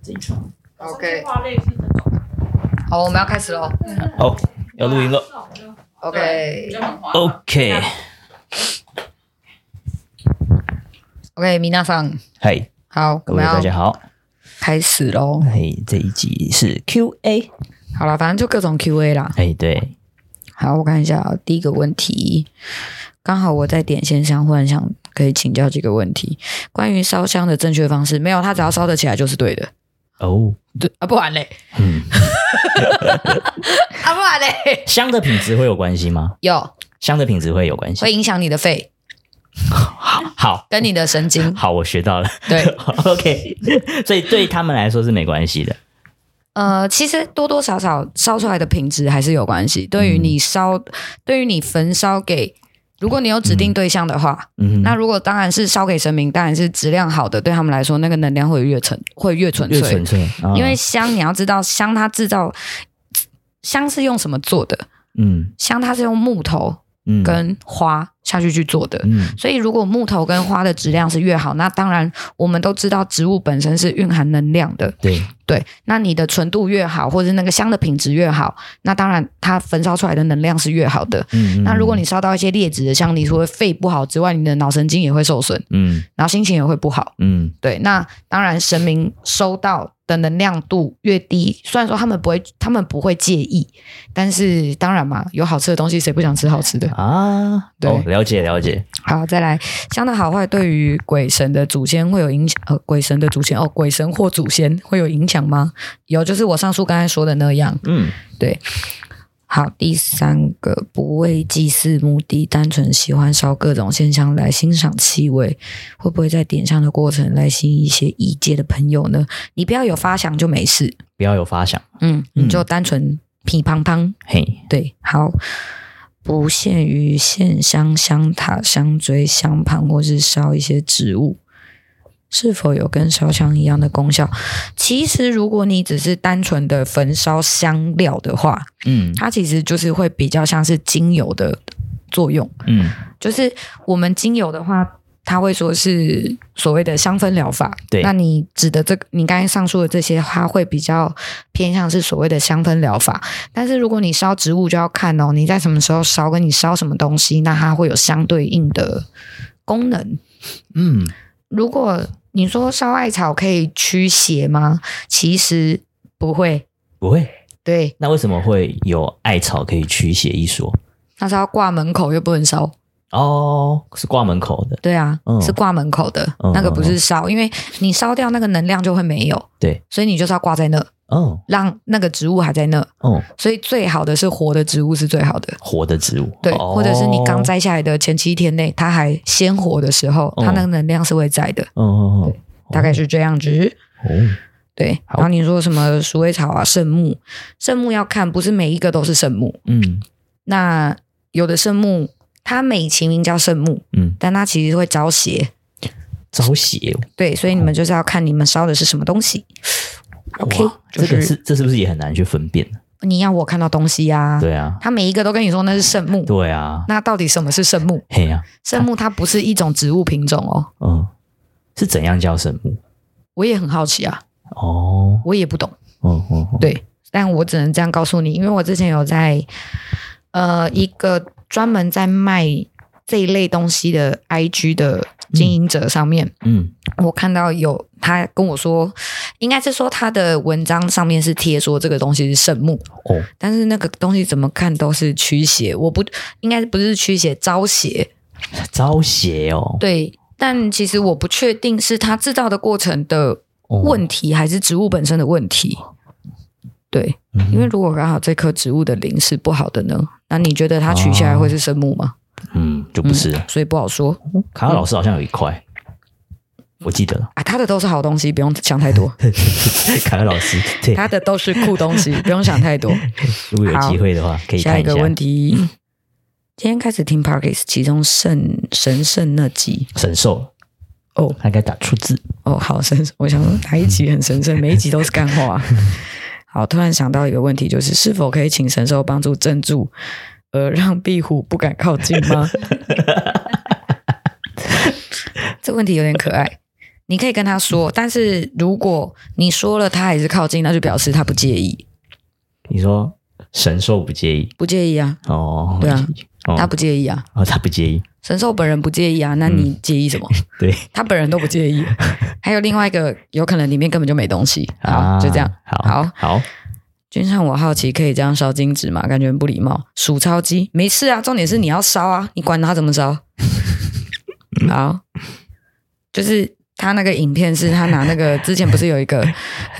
自己穿。 OK 话类似这种，好，我们要开始喽。好，要录音了。这种就 OK 就很划算。 OK， OK，米娜桑，嗨，好，各我们位要大家好。开始喽。嘿，这一集是 Q&A。好了，反正就各种 Q&A 啦。哎，对，好，我看一下啊第一个问题，刚好我在点线上，忽然想可以请教几个问题，关于烧香的正确方式。没有，它只要烧得起来就是对的。哦，对啊，不然嘞，嗯， 啊不然嘞，香的品质会 有关系吗？有香的品质会有关系。会影响你的肺好，跟你的神经。好，我学到了。 对， OK，所以对他们来说是没关系的。呃，其实多多少少烧出来的品质还是有关系。对于嗯你烧，对于你焚烧给，如果你有指定对象的话，嗯，那如果当然是烧给神明，当然是质量好的，对他们来说，那个能量会越纯，会越纯越粹。纯粹，啊因为香，你要知道香它制造香是用什么做的？嗯香它是用木头嗯跟花下去去做的。嗯所以，如果木头跟花的质量是越好，那当然我们都知道植物本身是蕴含能量的，对，对，那你的纯度越好，或者那个香的品质越好，那当然它焚烧出来的能量是越好的。嗯那如果你烧到一些劣质的香，你除了肺不好之外，你的脑神经也会受损，嗯然后心情也会不好。嗯对，那当然神明收到的能量度越低，虽然说他们不会，他们不会介意，但是当然嘛，有好吃的东西，谁不想吃好吃 的？啊，对哦了解了解，好，再来，香的好坏对于鬼神的祖先会有影响？呃，鬼神的祖先哦，鬼神或祖先会有影响吗？有，就是我上述刚才说的那样。嗯好，第三个不为祭祀目的，单纯喜欢烧各种现象来欣赏气味，会不会在点香的过程来吸引一些异界的朋友呢？你不要有发想就没事，不要有发想，嗯，你就单纯噼乓乓，嘿，对，好，不限于线香、香塔、香锥、香盘，或是烧一些植物，是否有跟烧香一样的功效？其实，如果你只是单纯的焚烧香料的话，嗯它其实就是会比较像是精油的作用。嗯就是我们精油的话，它会说是所谓的香氛疗法。对那你指的这个，你刚才上述的这些，它会比较偏向是所谓的香氛疗法。但是如果你烧植物，就要看哦，你在什么时候烧，跟你烧什么东西，那它会有相对应的功能。嗯如果你说烧艾草可以驱邪吗？其实不会。不会。对，那为什么会有艾草可以驱邪一说？那是要挂门口，又不能烧。哦，是挂门口的，对啊，嗯是挂门口的、嗯那个，不是烧，因为你烧掉那个能量就会没有，对，所以你就是要挂在那，哦让那个植物还在那。哦，所以最好的是活的植物是最好的，活的植物，对，哦或者是你刚，摘下来的前七天内它还鲜活的时候，嗯它那个能量是会在的，嗯嗯嗯，大概是这样子。哦，对，好然后你说什么鼠尾草啊、圣木，圣木要看，不是每一个都是圣木。嗯那有的圣木，它美其名叫圣木，嗯，但它其实会招邪。招邪哦对，所以你们就是要看你们烧的是什么东西。OK，哇就这是个是这是不是也很难去分辨呢？你要我看到东西呀、对啊，他每一个都跟你说那是圣木，对啊，那到底什么是圣木？嘿呀，圣木它不是一种植物品种哦，嗯，是怎样叫神木？我也很好奇啊，哦，我也不懂，哦哦，哦对，但我只能这样告诉你，因为我之前有在呃一个专门在卖这一类东西的 IG 的经营者上面，嗯我看到有他跟我说，应该是说他的文章上面是贴说这个东西是圣木，哦，但是那个东西怎么看都是驱邪，我不应该不是驱邪，招邪。招邪哦，对，但其实我不确定是它制造的过程的哦问，题，还是植物本身的问题。对，嗯因为如果刚好这棵植物的灵是不好的呢，那你觉得它取下来会是生木吗？嗯就不是了，所以不好说卡卡老师好像有一块，我记得了， 啊。它的都是好东西，不用想太多；卡卡老师， 对，它的都是酷东 西，不用想太多。如果有好机会的话，可以下看一一下个问题，今天开始听 Parkes，其中圣神圣那集神兽哦他应该打出字，哦，好神圣！我想说哪一集很神嗯 圣，每一集都是干话、 好，突然想到一个问题，就是是否可以请神兽帮助镇住，呃，让壁虎不敢 靠近吗？这问题有点可爱。你可以跟他说，但是如果你说了他还是靠近，那就表示他不介意，你说神兽不介意不介意啊，哦？对啊，哦、他不介意啊，哦，他不介意，神兽本人不介意啊，嗯那你介意什么？对他本人都不介 意。还有另外一个，有可能里面根本就没东西，好，啊就这样。好，好好，君上，我好奇可以这样烧金纸吗？感觉很不礼貌。数钞机没事啊，重点是你要烧啊，你管他怎么 烧。好，就是他那个影片是他拿那个之前不是有一个很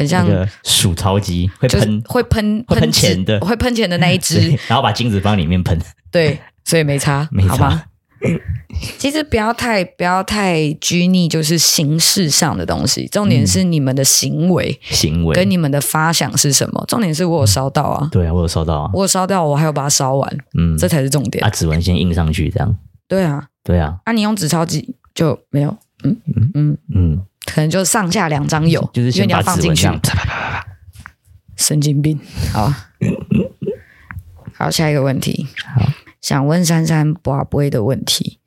那像个鼠超级会就是喷，会喷会喷纸钱的会喷钱的那一只 对，然后把金子放里面喷，对，所以没差，没好吧差。。其实不要太不要太拘泥，就是形式上的东西，重点嗯是你们的行为行为跟你们的发想是什么。重点是我有烧到啊，对啊，我有收到啊，我有烧到，我还要把它烧完，嗯，这才是重点把。指纹先印上去，这样，对啊，对啊，啊，你用纸钞机就没有，嗯嗯，嗯，可能就上下两张有，就因是为先你要把放指进纹这去样，啪啪啪啪啪神经病。好，好，下一个问题。好，想问珊珊拔杯的问题，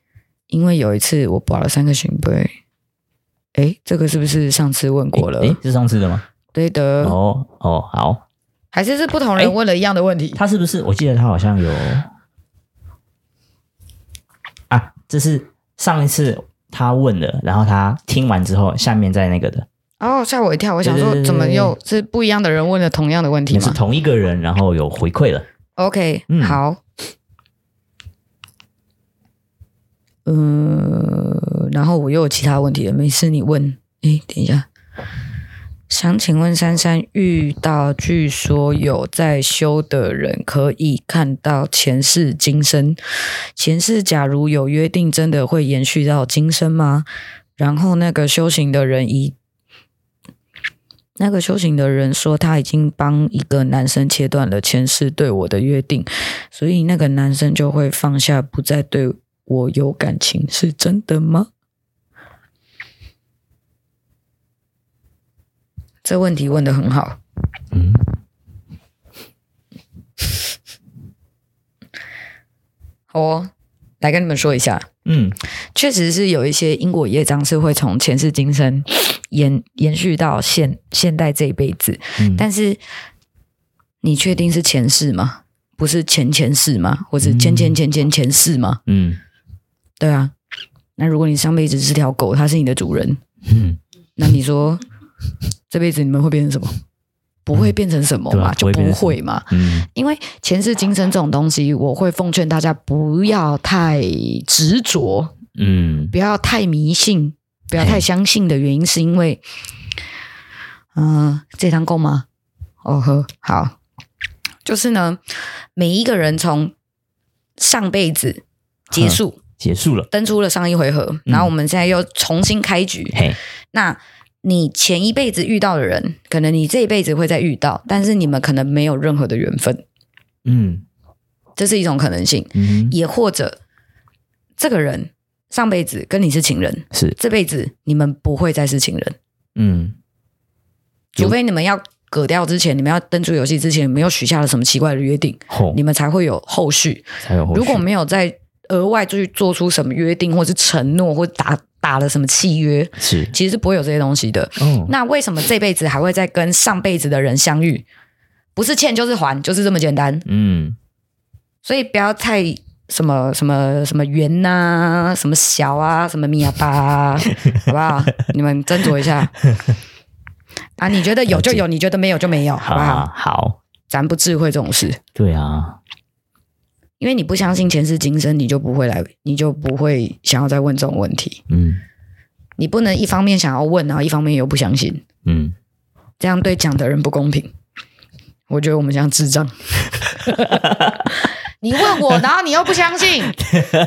因为有一次我拔了三个醒杯，诶，这个是不是上次问过了？呃诶，诶是上次的吗？对的，哦哦，好，还是是不同人问了一样的问题？他是不是？我记得他好像有啊，这是上一次他问的，然后他听完之后，下面在那个的，哦，吓我一跳！我想对对说，对对怎么又是不一样的人问了同样的问题也是吗同一个人，然后有回馈了。 ？OK，、嗯好。呃，然后我又有其他问题了，没事，你问。诶，等一下，想请问珊珊，遇到据说有在修的人，可以看到前世今生。前世假如有约定，真的会延续到今生吗？然后那个修行的人一，那个修行的人说他已经帮一个男生切断了前世对我的约定，所以那个男生就会放下，不再对我有感情，是真的吗？这问题问的很好，嗯，好哦，来跟你们说一下，嗯，确实是有一些因果业障是会从前世今生延延续到现现代这一辈子，嗯但是你确定是前世吗？不是前前世吗？或是嗯前前前前前世吗？嗯对啊，那如果你上辈子是条狗，它是你的主人，嗯，那你 说这辈子你们会变成什么？不会变成什么对嘛？啊就不会变不成什么会嘛。嗯因为前世今生这种东西，我会奉劝大家不要太执着，嗯，不要太迷信，不要太嘿相信的原因，是因为，嗯、这堂够吗？哦呵，好，就是呢，每一个人从上辈子结束，结束了，登出了上一回合，然后我们现在又重新开局。嘿，那你前一辈子遇到的人，可能你这一辈子会再遇到，但是你们可能没有任何的缘分，嗯这是一种可能性。嗯，也或者，这个人上辈子跟你是情人，是，这辈子你们不会再是情人，嗯有除非你们要割掉之前，你们要登出游戏之前，你们又许下了什么奇怪的约定，后你们才会有后续。才哦有后续如果没有在额外去做出什么约定，或是承诺，或打打了什么契约，是其实是不会有这些东西的。哦，那为什么这辈子还会再跟上辈子的人相遇？不是欠就是还，就是这么简单。嗯所以不要太什么什么什么圆呐、什么小啊，什么米啊巴、啊，好不好？你们斟酌一下。啊，你觉得有就有，你觉得没有就没有，好不啊好？好，咱不智慧这种事，对啊，因为你不相信前世今生，你就不会来，你就不会想要再问这种问题。嗯你不能一方面想要问，然后一方面又不相信，嗯，这样对讲的人不公平。我觉得我们像智障。 你问我，然后你又不相信，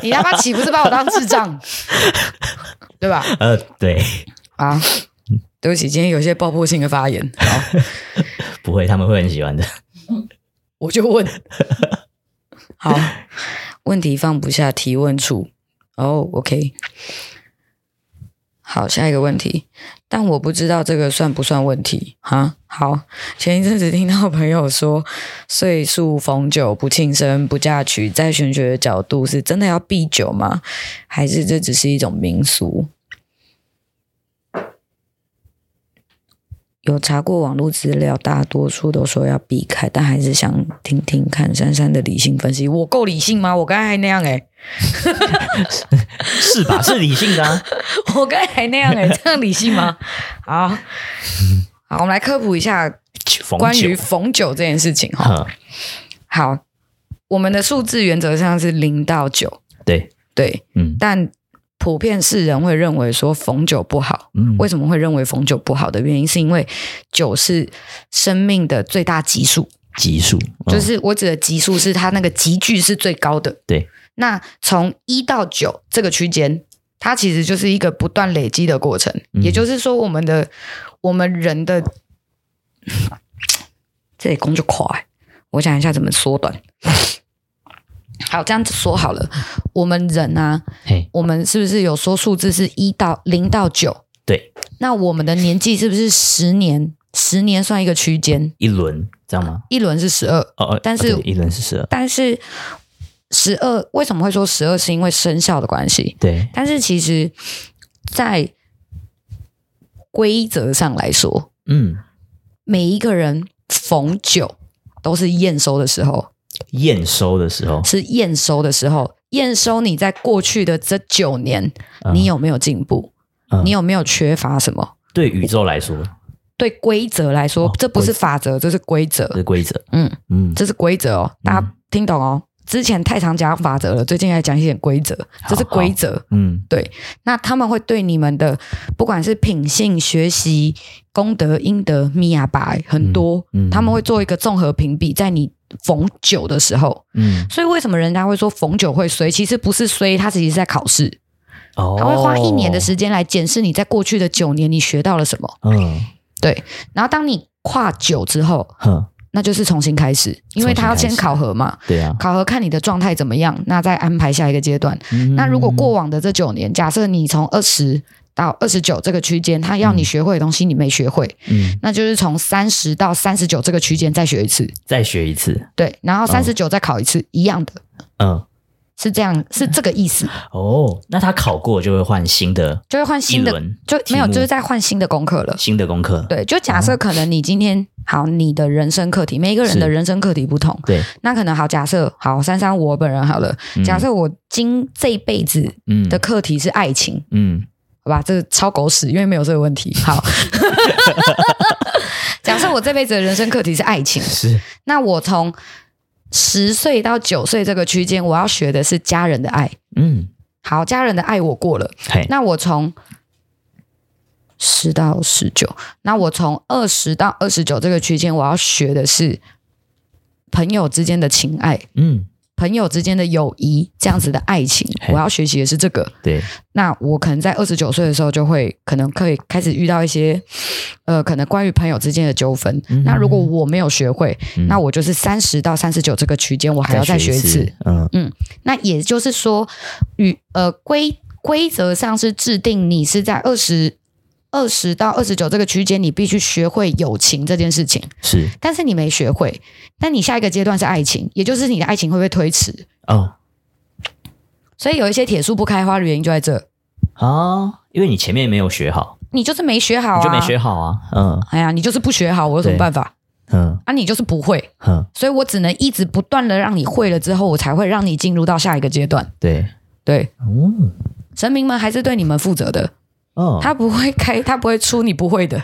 你他妈岂不是把我当智障？ 对吧？呃，对，啊，对不起，今天有些爆破性的发言。好，不会，他们会很喜 欢的。我就问。 好，问题放不下提问处。哦、o k 好，下一个问题，但我不知道这个算不算问题哈。好，前一阵子听到朋友说，岁数逢九不庆生不嫁娶，在玄学的角度是真的要避酒吗？还是这只是一种民俗？有查过网络资料，大多数都说要避开，但还是想听听看珊珊的理性分析。我够理性吗？我刚才还那样欸诶、是吧？是理性的、啊，我刚才还那样诶、欸这样理性 吗？好，好，我们来科普一下逢关于九，逢九这件事情哈。哼，好，我们的数字原则上是零到九，对，对，嗯但普遍世人会认为说逢九不好。嗯，为什么会认为逢九不好的原因，是因为九是生命的最大级数，级数就嗯是我指的级数是它那个级距是最高的。对，那从一到九这个区间，它其实就是一个不断累积的过程。嗯也就是说，我们的我们人的嗯 这里攻就快、我想一下怎么缩短。好，这样子说好了，我们人啊，嘿，我们是不是有说数字是一到零到九？对，那我们的年纪是不是十年？十年算一个区间，一轮，知道吗？一轮是十二，哦哦，但是哦对一轮是十二，但是十二为什么会说十二？是因为生肖的关系。对，但是其实，在规则上来说，嗯，每一个人逢九都是验收的时候，验收的时候，是验收的时候，验收你在过去的这九年，嗯你有没有进步？嗯你有没有缺乏什么？对宇宙来说对规则来说哦，这不是法则，这是规则。是规则，嗯，嗯，这是规则哦，大家听懂哦。之前太常讲法则了，最近来讲一点规则，这是规则。嗯那他们会对你们的不管是品性、学习、功德、阴德、米亚白很多，嗯嗯他们会做一个综合评比，在你逢九的时候。嗯，所以为什么人家会说逢九会衰？其实不是衰，他其实是在考试，哦，他会花一年的时间来检视你在过去的九年你学到了什么。嗯，对，然后当你跨九之后，哼，那就是重新开始，因为他要重先新开始考核嘛。对啊，考核看你的状态怎么样，那再安排下一个阶段。嗯那如果过往的这九年，假设你从二十到二十九这个区间，他要你学会的东西你没学会，嗯，那就是从三十到三十九这个区间再学一次，再学一次，对，然后三十九再考一次，一样的，嗯，是这样，是这个意思，哦，那他考过就会换新的就会换一新的，轮就没有，题目就是在换新的功课了。新的功课，对，就假设可能你今天好，你的人生课题，每一个人的是人生课题不同，对，那可能好，假设好，珊珊我本人好了，嗯假设我今这一辈子嗯的课题是爱情，嗯好吧，这个超狗屎，因为没有这个问题。好， 假设我这辈子的人生课题是爱情，是那我从十岁到九岁这个区间，我要学的是家人的爱。嗯，好，家人的爱我过了，嘿，那我从十到十九，那我从二十到二十九这个区间，我要学的是朋友之间的情爱。嗯，朋友之间的友谊，这样子的爱情，嘿我要学习的是这个。对，那我可能在二十九岁的时候，就会可能可以开始遇到一些，呃，可能关于朋友之间的纠纷。嗯那如果我没有学会，嗯那我就是三十到三十九这个区间，我还要再学一次。，嗯那也就是说，与呃规规则上是制定你是在二十二十到二十九这个区间，你必须学会友情这件事情，是但是你没学会，但你下一个阶段是爱情，也就是你的爱情会不会推迟？哦所以有一些铁树不开花的原因就在这，啊，因为你前面没有学好，你就是没学好、啊，你就没学好啊，嗯哎呀，你就是不学好，我有什么对办法嗯啊？你就是不会，哼，所以我只能一直不断的让你会了之后，我才会让你进入到下一个阶段。对，对，哦嗯神明们还是对你们负责的，哦，他不会开， 他不会出你不会 的。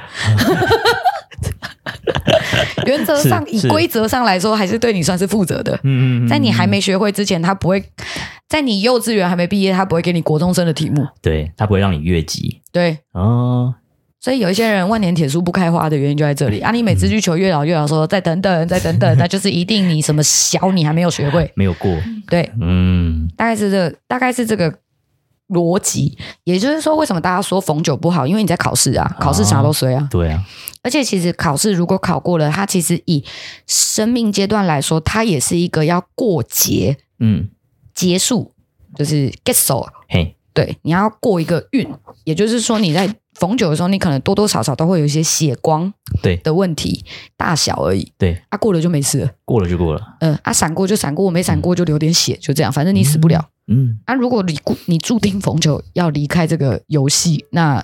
原则上，是以是规则上来说，还是对你算是负责的。嗯嗯，在你还没没学会之前，他不会；在你幼稚园还没毕业，他不会给你国中生的题目。对他不会让你越级对，哦，所以有一些人万年铁树不开花的原因就在这里啊！你每次去求月老，月老说再等等，再等等，那就是一定你什么小你还没有学会，没有过，对，嗯大概是这大概是这个逻辑。也就是说，为什么大家说逢九不好？因为你在考试啊，考试啥都衰啊。对啊，而且其实考试如果考过了，它其实以生命阶段来说，它也是一个要过节嗯结束，就是 get so。嘿，对，你要过一个运，也就是说你在逢九的时候，你可能多多少少都会有一些血光对的问题，大小而已。对，啊，过了就没事了。过了就过了，嗯、啊，闪过就闪过，我没闪过就流点血，就这样，反正你死不了。嗯啊，如果你固你注定逢九要离开这个游戏，那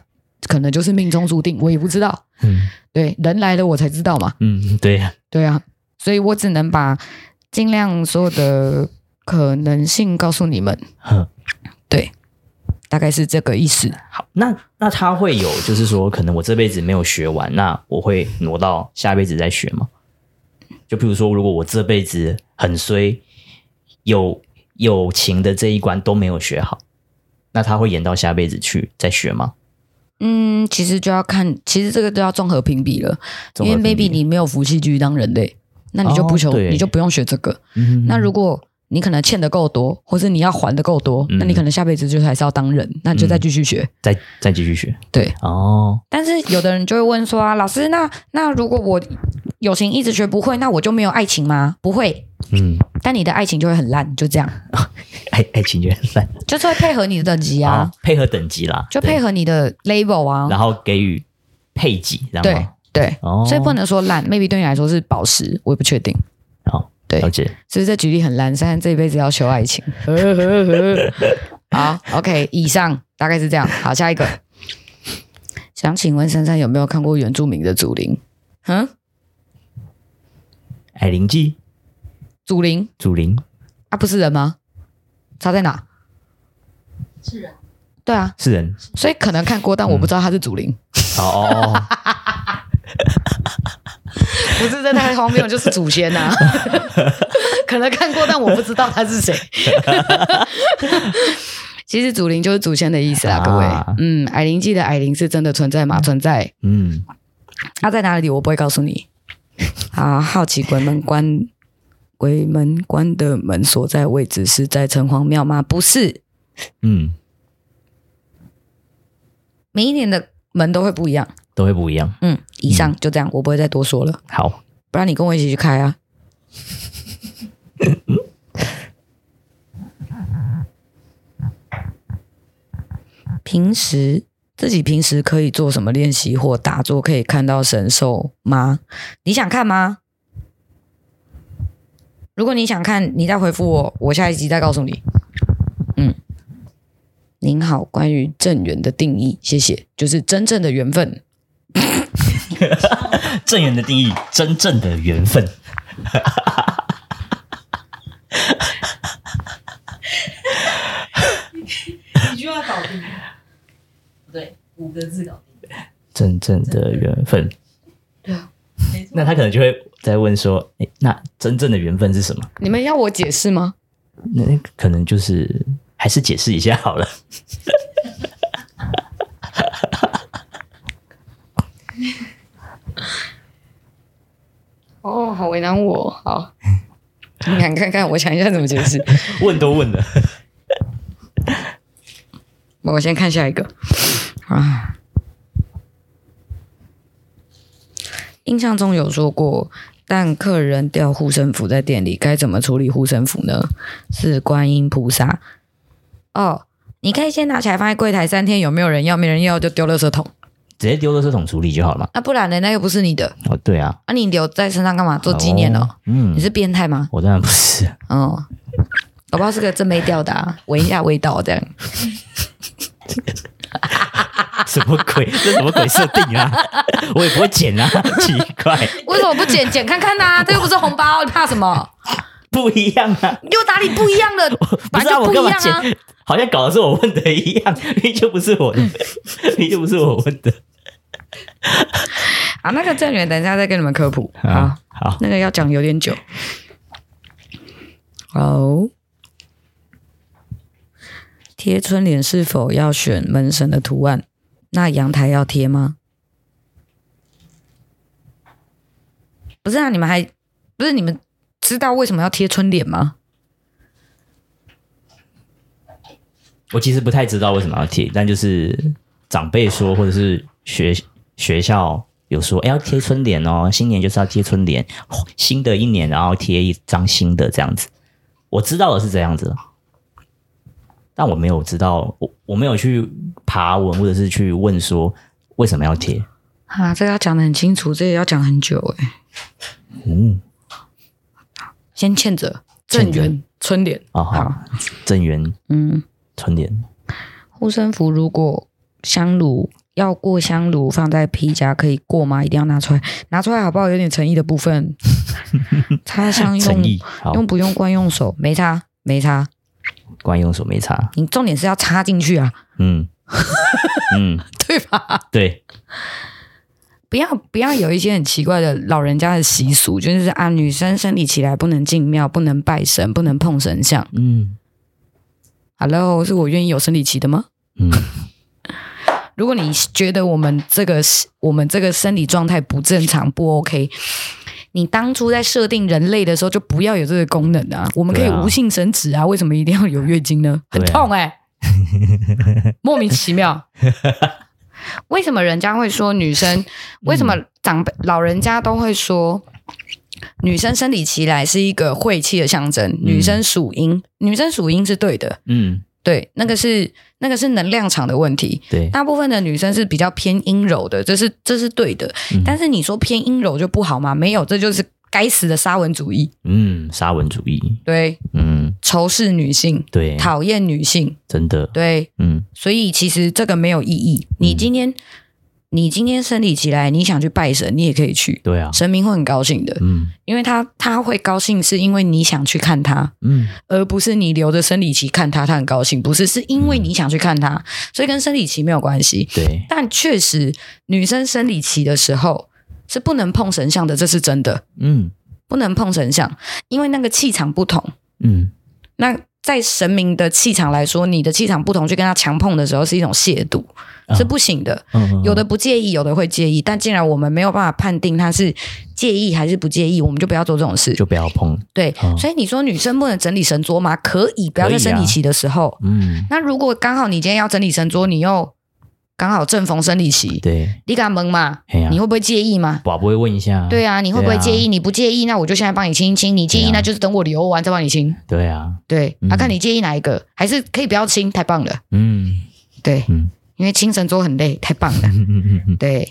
可能就是命中注定，我也不知道。嗯对，人来了我才知道嘛。嗯，对呀、对啊，所以我只能把尽量所有的可能性告诉你们，哼，大概是这个意思。好，那那他会有，就是说，可能我这辈子没有学完，那我会挪到下辈子再学吗？就比如说，如果我这辈子很衰，有友情的这一关都没有学好，那他会延到下辈子去再学吗？嗯，其实就要看，其实这个都要综合评比了，综合因为评比 maybe 你没有福气继续当人类，那你就不哦求，对你就不用学这个。嗯那如果你可能欠的够多，或是你要还的够多，那你嗯可能下辈子就还是要当人，那你就再继续学。再再继续学对，哦，但是有的人就会问说啊，老师，那那如果我友情一直学不会，那我就没有爱情吗？不会，嗯，哎但你的爱情就会很烂，就这样，爱爱情就很烂，就是会配合你的等级啊好，配合等级啦，就配合，合你的 label 啊，然后给予配给，然对后对，哦，所以不能说烂，maybe 对你来说是宝石，我也不确定。好对了解，是不是这举例很烂？珊珊这一辈子要求爱情。 呵呵呵好，OK，以上大概是这样。好，下一个，想请问珊珊有没有看过原住民的祖灵？嗯，矮灵记祖灵哎祖灵啊，不是人吗？差在哪？是人，对啊，是人，所以可能看过，但我不知道他是祖灵，哦哦 哦，不是这太荒谬，就是祖先 呐、可能看过，但我不知道他是 谁。其实祖灵就是祖先的意思啊，各位。啊嗯，矮灵记的矮灵是真的存在吗？存在。嗯，他啊在哪里？我不会告诉你。啊，好奇鬼门关，鬼门关的门所在位置是在城隍庙吗？不是，嗯，每一年的门都会不一样。都会不一样。嗯，以上就这样，我不会再多说了。好，不然你跟我一起去开啊。 平时自己平时可以做什么练习或打坐可以看到神兽吗？你想看吗？如果你想看，你再回复我，我下一集再告诉你。嗯，您好，关于正缘的定义，谢谢，就是真正的缘分。正缘的定义，真正的缘分。一句话搞定，不对，五个字搞定。真正的缘分，对啊，没错那他可能就会在问说：“诶那真正的缘分是什么你们要我解释吗？？”那那可能就是还是解释一下 好了。哦，好为难我。好，你看看看，我想一下怎么解释。问都问了，我先看下一个啊。印象中有说过，但客人掉护身符在店里，该怎么处理护身符呢？是观音菩萨哦，你可以先拿起来放在柜台三天，有没有人要？没人要就丢垃圾桶。直接丢垃圾桶处理就好了嘛。那、不然呢？那又不是你的，哦，对啊，啊，你留在身上干嘛？做纪念哦？嗯你，是变态吗？我当然不是， 哦，搞不好是个真没掉的、啊，闻一下味道这样。什么鬼？这什么鬼设定啊？我也不会剪啊，奇怪，为什么不捡捡看看呐、 这又不是红包，你怕什么？不一样啊。又哪里不一样了？ 不反知正就道我不一干嘛样啊。剪， 好像搞的是我问的一样， 你就不是我的，你就不是我问的。啊，那个郑源，等一下再跟你们科普。好啊，，好，那个要讲有点久。哦，贴春联是否要选门神的图案？那阳台要贴吗？不是啊，你们还不是你们知道为什么要贴春联吗？我其实不太知道为什么要贴，但就是长辈说，或者是学学校有说，哎、要贴春联哦，新年就是要贴春联，哦新的一年然后贴一张新的这样子。我知道的是这样子，但我没有知道，我我没有去爬文或者是去问说为什么要贴。啊，这个要讲的很清楚，这个要讲很久哎、嗯，先欠着欠正着缘春联，哦好，正源嗯，春联，护身符如果香炉要过香炉放在皮夹可以过吗？一定要拿出来，拿出来好不好？有点诚意的部 分，插香诚用意好，用不用惯用手，没差没差。惯用手没差，你重点是要插进去啊， 嗯嗯，对吧？对，不要不要有一些很奇怪的老人家的习俗，就是啊，女生生理期来不能进庙，不能拜神，不能碰神像。嗯 Hello，是我愿意有生理期的吗？嗯，如果你觉得我们这个我们这个生理状态不正常不 OK，你当初在设定人类的时候就不要有这个功能啊！我们可以对啊无性生殖啊，为什么一定要有月经呢？很 对啊痛哎、莫名其妙。为什么人家会说女生？为什么嗯长辈老人家都会说？女生生理期来是一个晦气的象征，女生属阴，女生属阴是对的，嗯，对，那个是那个是能量场的问题，对，大部分的女生是比较偏阴柔的，这是这是对的。嗯但是你说偏阴柔就不好吗？没有，这就是该死的沙文主义，嗯，沙文主义，对，嗯，仇视女性，对，讨厌女性，真的，对，嗯所以其实这个没有意义。你今天、你今天生理起来，你想去拜神，你也可以去，对啊，神明会很高兴的，嗯因为他他会高兴是因为你想去看他，嗯，而不是你留着生理期看他，他很高兴，不是是因嗯为你想去看他，所以跟生理期没有关系。对，但确实，女生生理期的时候是不能碰神像的，这是真的，嗯不能碰神像，因为那个气场不同。嗯，那在神明的气场来说，你的气场不同，去跟他强碰的时候是一种亵渎，啊是不行的。嗯有的不介意，有的会介意，但既然我们没有办法判定他是介意还是不介意，我们就不要做这种事。就不要碰，对，嗯啊所以你说女生不能整理神桌吗？可以，不要在生理期的时候。嗯，那如果刚好你今天要整理神桌，你又刚好正逢生理期，对，你敢蒙嘛？哎呀你，会不会介意吗？宝不会问一下，对啊，你会不会介意？你不介意，那我就现在帮你清一清；你介意，对啊那就是等我流完再帮你清。对啊，对，嗯啊，看你介意哪一个，还是可以不要清，太棒了。嗯 对，嗯因为清神桌很累，太棒了。嗯嗯嗯对，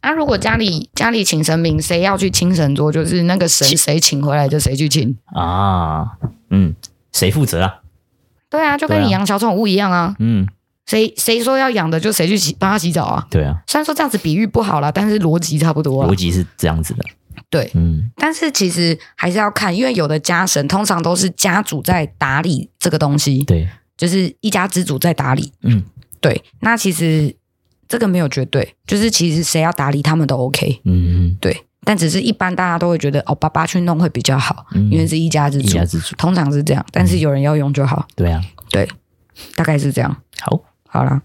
啊，如果家里家里请神明，谁要去清神桌，就是那个神谁请回来就谁去清。嗯啊，嗯，谁负责啊？对啊，就跟对啊你养小宠物一样啊，嗯，谁谁说要养的就谁去洗帮他洗澡啊。对啊，虽然说这样子比喻不好啦，但是逻辑差不多啦逻。辑是这样子的，对，嗯但是其实还是要看，因为有的家神通常都是家主在打理这个东西，对，就是一家之主在打理。嗯对，那其实这个没有绝对，就是其实谁要打理他们都 OK。嗯对，但只是一般大家都会觉得哦，爸爸去弄会比较好，嗯，因为是一家之一主家，之主，嗯通常是这样。但是有人要用就好，对啊，大概是这样。好，好啦，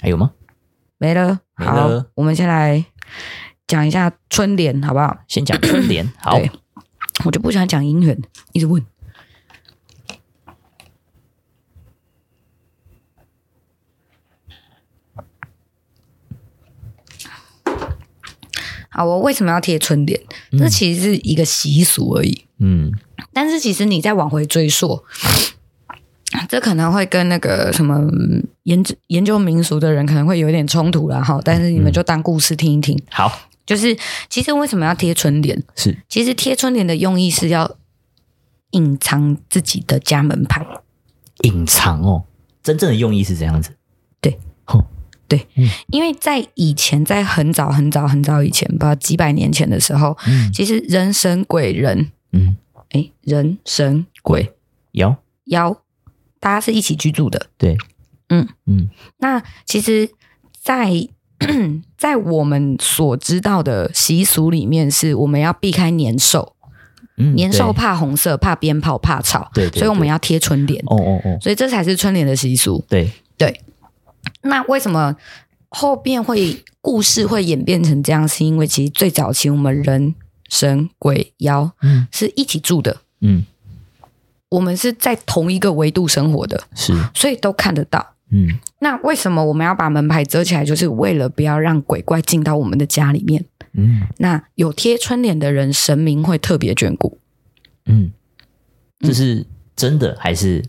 还有吗？没了。没好了，我们先来讲一下春联，好不好？先讲春 联，好，对我就不喜欢讲姻缘，一直问。好，我为什么要贴春联？这其实是一个习俗而已。嗯但是其实你再往回追溯， 这可能会跟那个什么嗯研究研究民俗的人可能会有一点冲突啦。哈。但是你们就当故事听一听。好，就是其实为什么要贴春联？是其实贴春联的用意是要隐藏自己的家门牌。隐藏哦，真正的用意是这样子，对，吼，对，因为在以前，在很早很早很早以前，不知道几百年前的时候，嗯其实人神鬼人，嗯，哎，人神鬼有，妖，大家是一起居住的。对，嗯嗯那其实在， 在我们所知道的习俗里面，是我们要避开年兽，嗯，年兽对怕红色，怕鞭炮，怕草，对对所以我们对要贴春联，哦哦哦，所以这才是春联的习俗。对，那为什么后边会故事会演变成这样？是因为其实最早期我们人、神、鬼、妖嗯是一起住的，嗯，我们是在同一个维度生活的，是，所以都看得到。嗯那为什么我们要把门牌遮起来？就是为了不要让鬼怪进到我们的家里面。嗯那有贴春联的人，神明会特别眷顾。嗯，这是真的还是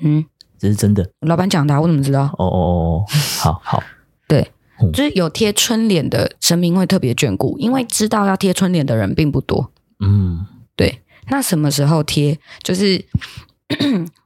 嗯，这是真的？老板讲的啊、我怎么知道？哦哦哦，哦，好好，对嗯，就是有贴春联的神明会特别眷顾，因为知道要贴春联的人并不多。嗯对，那什么时 候贴？就是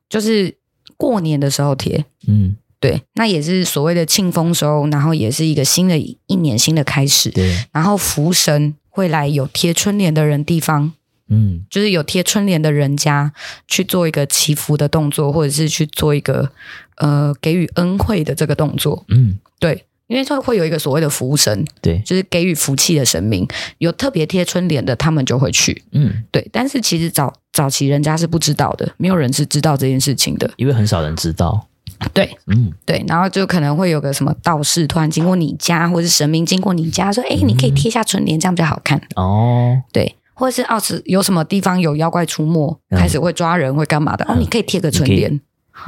就是过年的时候贴，嗯对，那也是所谓的庆丰收，然后也是一个新的一年新的开始。对，然后福神会来有贴春联的人地方，嗯，就是有贴春联的人家去做一个祈福的动作，或者是去做一个呃给予恩惠的这个动作。嗯，对，因为就会有一个所谓的福神，对，就是给予福气的神明，有特别贴春联的，他们就会去。嗯，对，但是其实早早期人家是不知道的，没有人是知道这件事情的。因为很少人知道，对嗯，对，然后就可能会有个什么道士突然经过你家，或是神明经过你家，说：“哎，你可嗯以贴一下春联，这样比较好看。哦，”对，或者是哦，是有什么地方有妖怪出没，嗯开始会抓人，会干嘛的？哦，你可以贴个春你可以联。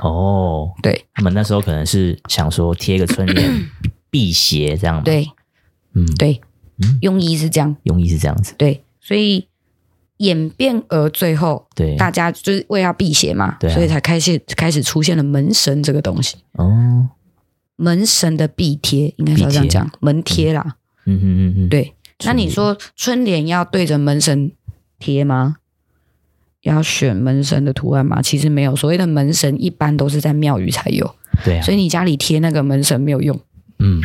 哦，对他们那时候可能是想说贴个春 联辟邪这样嘛，，对嗯，对嗯，用意是这样。用意是这样子，对，所以演变而最后对，大家就是为要避邪嘛，对啊所以才开始开始出现了门神这个东西。哦，门神的壁贴应该是要这样讲，门贴啦。嗯嗯嗯嗯，对，那春你联说春联要对着门神贴吗？要选门神的图案吗？其实没有，所谓的门神一般都是在庙宇才有，对啊所，以你家里贴那个门神没有用，嗯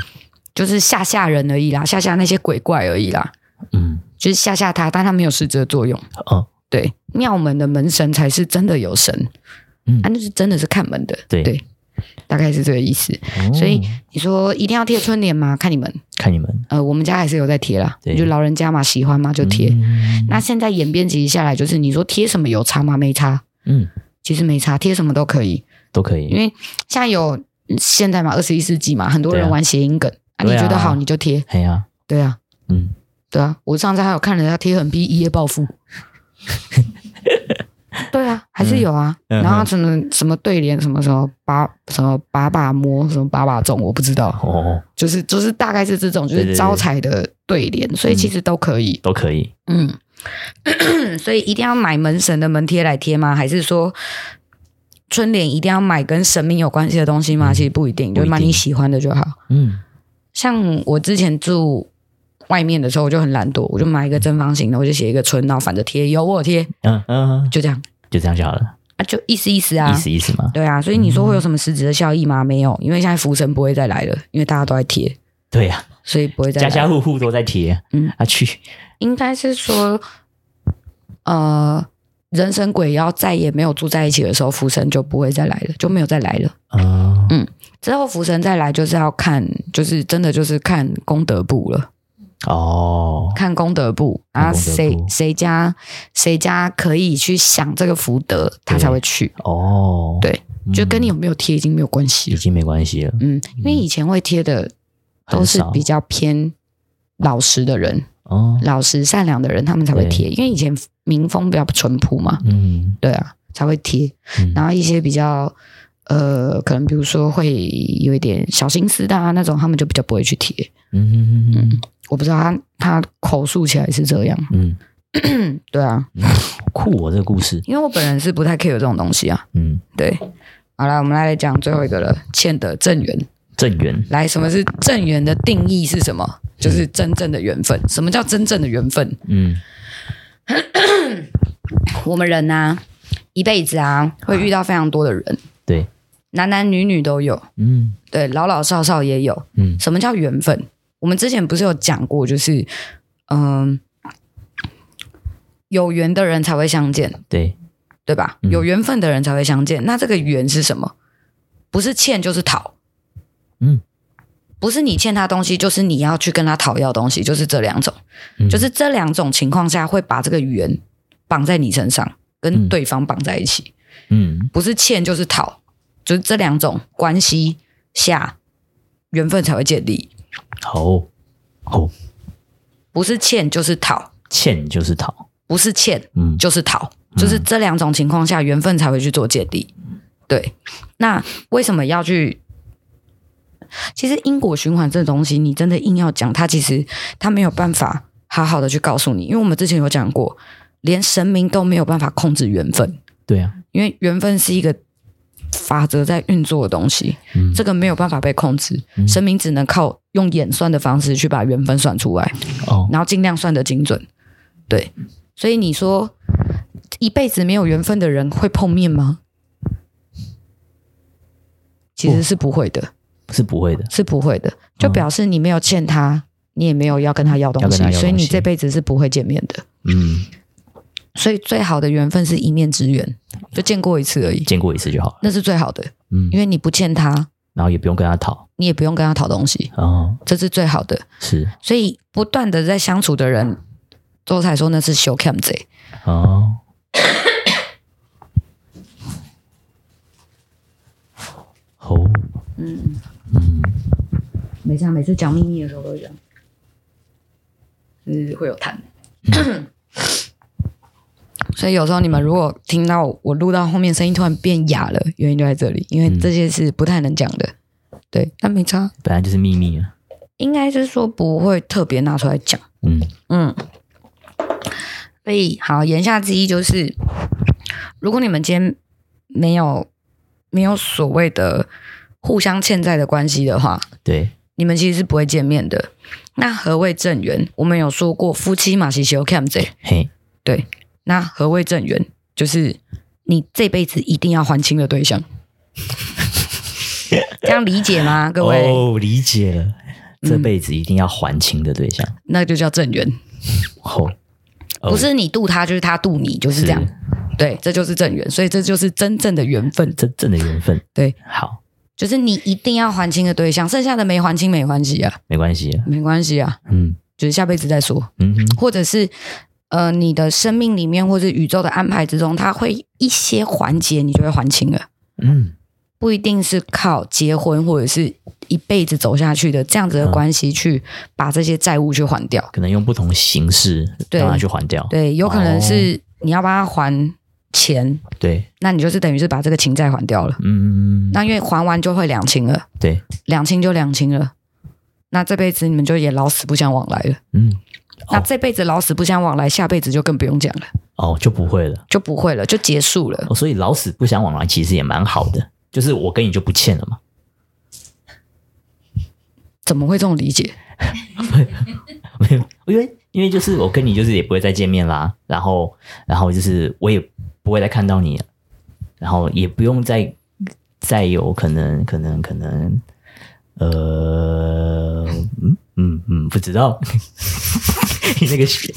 就是吓吓人而已啦，吓吓那些鬼怪而已啦，嗯，就是吓吓他，但他没有实质的作用。哦，对，庙门的门神才是真的有神，嗯啊，那是真的是看门的，对大概是这个意思。哦所以你说一定要贴春联吗？看你们，看你们呃，我们家还是有在贴啦，对就老人家嘛，喜欢嘛就贴。嗯那现在演变其实下来，就是你说贴什么有差吗？没差，嗯其实没差，贴什么都可以，都可因以，为现在有现在嘛，二十一世纪嘛，很多对人啊玩谐音梗啊，你对啊觉得好你就贴，哎呀，对啊，嗯，对啊，我上次还有看人家贴横批一夜暴 富。对啊，还是有啊。嗯嗯然后什么什么对联，什么什么把什么把把摸，什么把把中，我不知道，哦，就是就是大概是这种，就对对是对招财的对联，所以其实都可以。都可以，嗯 所以一定要买门神的门贴来贴吗？还是说春联一定要买跟神明有关系的东西吗？其实不一定，嗯不一就定买你喜欢的就好。嗯像我之前住外面的时候，我就很懒惰，我就买一个正方形的，我就写一个春，然后反着贴，有我有贴，嗯嗯，就这样就这样就好了，啊，就意思意思啊意。思意嗯思嘛，对啊，所以你说会有什么实质的效益吗？没有，因为现在福神不会再来了，因为大家都在贴，对呀，所以不会再家来。家户户都在贴，啊嗯啊去，应该是说，呃，人神鬼妖再也没有住在一起的时候，福神就不会再来了，就没有再来了。哦，之后福神再来就是要看，就是真的就是看功德簿了。哦，看功德簿啊，看功德簿谁谁家谁家可以去享这个福德，他对才会去。哦，对，嗯就跟你有没有贴已经没有关系已了。经没关系了，嗯，因为以前会贴的都是很少比较偏老实的人、哦，老实善良的人，他们才会对贴。因为以前民风比较淳朴嘛，嗯，对啊，才会贴。嗯然后一些比较呃，可能比如说会有一点小心思的啊那种，他们就比较不会去贴。嗯嗯嗯我不知道他他口述起来是这样，嗯，对啊。酷哦，这个故事，因为我本人是不太 care 这种东西啊。嗯，对，好了，我们来讲最后一个了，欠的正缘。正缘，来，什么是正缘的定义是什么？就是真正的缘分。什么叫真正的缘分？嗯，我们人呐、一辈子啊，会遇到非常多的人，对，男男女女都有，嗯对，老老少少也有。嗯什么叫缘分？我们之前不是有讲过，就是嗯、有缘的人才会相见，对，对吧？嗯有缘分的人才会相见。那这个缘是什么？不是欠就是讨，嗯，不是你欠他东西，就是你要去跟他讨要东西，就是这两种，嗯就是这两种情况下会把这个缘绑在你身上，跟嗯对方绑在一起，嗯不是欠就是讨，就是这两种关系下缘分才会建立，好哦好不是欠就是讨，欠就是讨，不是欠嗯就是讨，就是这两种情况下缘分才会去做芥蒂。对，那为什么要去？其实因果循环这东西，你真的硬要讲，它其实它没有办法好好的去告诉你，因为我们之前有讲过，连神明都没有办法控制缘分，对啊，因为缘分是一个法则在运作的东西，嗯这个没有办法被控制，神明只能靠用演算的方式去把缘分算出来。哦，然后尽量算得精准。对，所以你说一辈子没有缘分的人会碰面吗？其实是不会的，是不会的。是不会的，就表示你没有欠他，你也没有要跟他要东嗯要跟西，他要东西所以你这辈子是不会见面的。嗯，所以最好的缘分是一面之缘，就见过一次而已，见过一次就好了。那是最好的，嗯因，为你不欠他，然后也不用跟他讨。你也不用跟他讨东西，哦，这是最好的。是所以不断的在相处的人，周才说那是修 cam 贼，哦，哦，没事、啊，每次讲秘密的时候都讲，嗯，会有痰。 所以有时候你们如果听到我录到后面声音突然变哑了，原因就在这里，因为这些是不太能讲的。对，但没差，本来就是秘密啊。应该是说不会特别拿出来讲。嗯，嗯，所以好，言下之意就是，如果你们今天没有没有所谓的互相欠债的关系的话，对，你们其实是不会见面的。那何谓正缘？我们有说过，夫妻嘛是修 cam 这。嘿，那何谓正缘？就是你这辈子一定要还清的对 象。这样理解吗，各位？嗯哦，理解了，这辈子一定要还清的对象。那就叫正缘，哦，哦不是你度他，就是他度你，就是这样。对，这就是正缘，所以这就是真正的缘分。真正的缘分。对，好，就是你一定要还清的对象，剩下的没还清没关系啊，没关系啊。没关系啊，嗯就是下辈子再说，嗯哼，或者是呃，你的生命里面或是宇宙的安排之中，它会一些环节你就会还清了，嗯，不一定是靠结婚或者是一辈子走下去的这样子的关系去把这些债务去还掉，可能用不同形式对让他去还掉。对，有可能是你要帮他还钱，对，那你就是等于是把这个情债还掉了，嗯，那因为还完就会两清了，对，两清就两清了。那这辈子你们就也老死不相往来了。嗯，那这辈子老死不相往来，下辈子就更不用讲了，哦，就不会了。就不会了，就结束了。哦，所以老死不相往来其实也蛮好的，就是我跟你就不欠了嘛。怎么会这种理解？没有，因为因为就是我跟你就是也不会再见面啦，然后然后就是我也不会再看到你了，然后也不用再再有可能可能可能，呃，嗯嗯嗯，不知道， 你那个血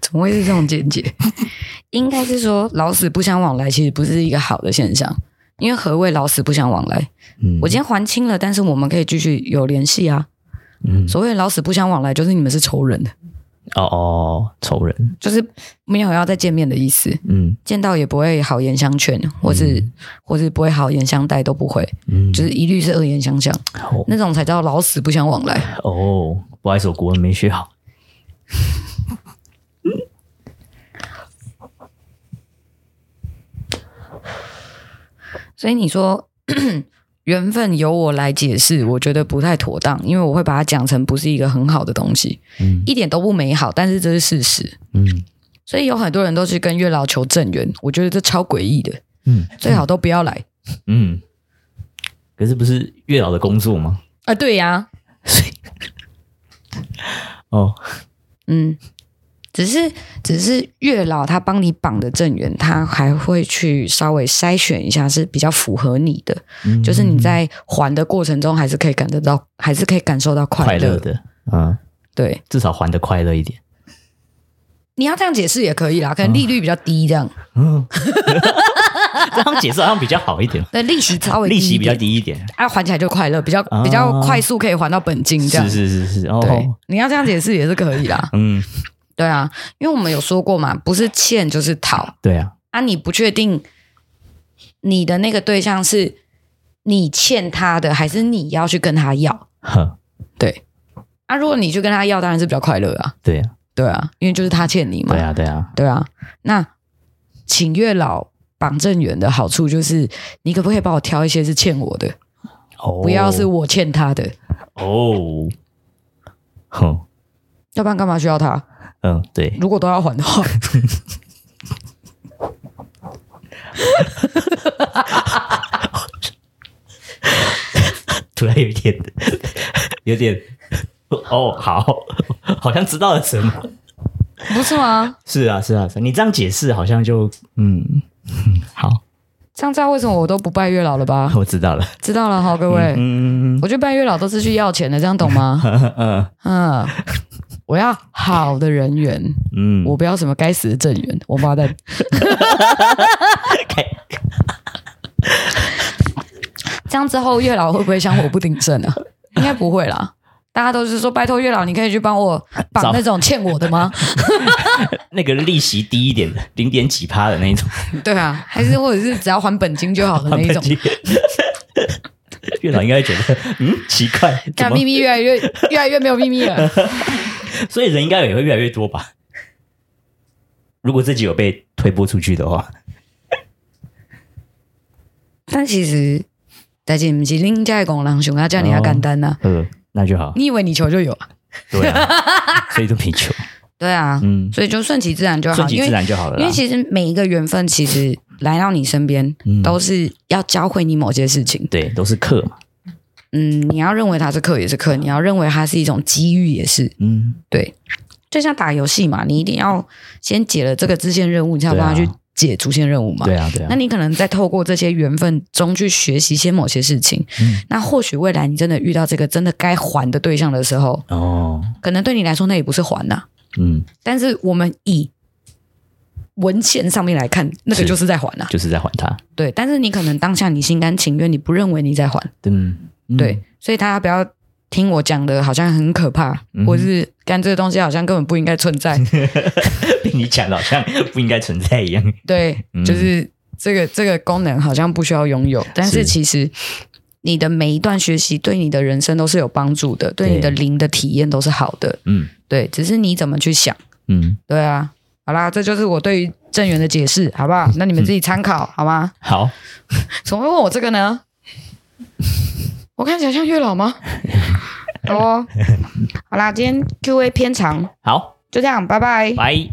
怎么会是这种见解？嗯 应该是说老死不相往来，其实不是一个好的现象。因为何谓老死不相往来？嗯，我今天还清了，但是我们可以继续有联系啊。嗯所谓老死不相往来，就是你们是仇人，哦哦仇人，就是没有要再见面的意思。嗯见到也不会好言相劝，或是、或是不会好言相待，都不会，嗯，就是一律是恶言相向，好那种才叫老死不相往来。哦，不好意思，我国文没学好，所以你说 缘分由我来解释，我觉得不太妥当，因为我会把它讲成不是一个很好的东西，嗯一点都不美好，但是这是事实。嗯所以有很多人都去跟月老求正缘，我觉得这超诡异的，嗯最好都不要来。嗯，可是不是月老的工作吗？啊，对呀、 哦，嗯，只是只是月老他帮你绑的正缘，他还会去稍微筛选一下是比较符合你的，嗯就是你在还的过程中还是可以感得到，还是可以感受到快快乐乐。的，嗯，对，至少还的快乐一点。 你要这样解释也可以啦，可哦能利率比较低这样，嗯，这样解释好像比较好一点，对，利 息稍微低利一点息比较，低一点。啊，还起来就快乐，比较啊比较快速可以还到本金这样是。是是是，对哦，，。你要这样解释也是可以啦 嗯，对啊，因为我们有说过嘛，不是欠就是讨，对啊，啊，你不确定你的那个对象是你欠他的，还是你要去跟他要？呵，对，啊，如果你去跟他要，当然是比较快乐啊，对啊，对啊，因为就是他欠你嘛，对啊，对啊，对啊那请月老绑正缘的好处就是，你可不可以帮我挑一些是欠我的，哦，不要是我欠他的，哦，哼，要不然干嘛需要他？嗯，对， 如果都要还的话，突然有一点， 有点，哦，好，好像知道了什么。不是吗？是啊，是啊，是啊你这样解释好像就，嗯，嗯好，这样知道为什么我都不拜月老了吧？我知道了，知道了哈，各位，嗯，我去拜月老都是去要钱的，这样懂吗？ 嗯嗯，我要好的人缘，嗯，我不要什么该死的正缘，王八蛋。这样之后月老会不会想我不顶正 啊？应该不会啦。大家都是说拜托月老，你可以去帮我绑找那种欠我的 吗？那个利息低一点的，零点几趴的那一种，对啊，还是或者是只要还本金就好的那一种。 月老应该会觉得，嗯，奇 怪，怎看么秘？密越来越越来越没有秘密 了。所以人应该也会越来越多吧？如果自己有被推播出去的话，但其实，但是不是恁家的工人想要叫你要简单呐、呃，那就好，你以为你求就有啊？对啊， 所以都贫穷，对啊，嗯，所以就顺其自然就 顺好，其因自为然就好了因啦为。其实每一个缘分，其实来到你身边，嗯都是要教会你某些事情。对，都是课嘛，嗯，你要认为它是课也是课，你要认为它是一种机遇也是。嗯，对，就像打游戏嘛，你一定要先解了这个支线任务，你才有对啊办法去解主线任务嘛。对啊，对啊那，你可能在透过这些缘分中去学习些某些事情，嗯那或许未来你真的遇到这个真的该还的对象的时候，哦，可能对你来说那也不是还呐、嗯，但是我们以文献上面来看，那个是就是在还呐、就是在还他，对，但是你可能当下你心甘情愿，你不认为你在还，嗯，嗯对，，所以大家不要听我讲的好像很可怕，嗯哼或是干这个东西好像根本不应该存在，被 你讲的好像不应该存在一样，对，就是这个这个功能好像不需要拥有，但是是其实你的每一段学习对你的人生都是有帮助的，对对你的灵的体验都是好的，嗯对，只是你怎么去想，嗯，对啊，好啦，这就是我对于正缘的解释，好不好？那你们自己参考好吗？好，怎么会问我这个呢？我看起来像月老吗？好哦，好啦，今天 Q&A 偏长，好，就这样，拜拜。拜。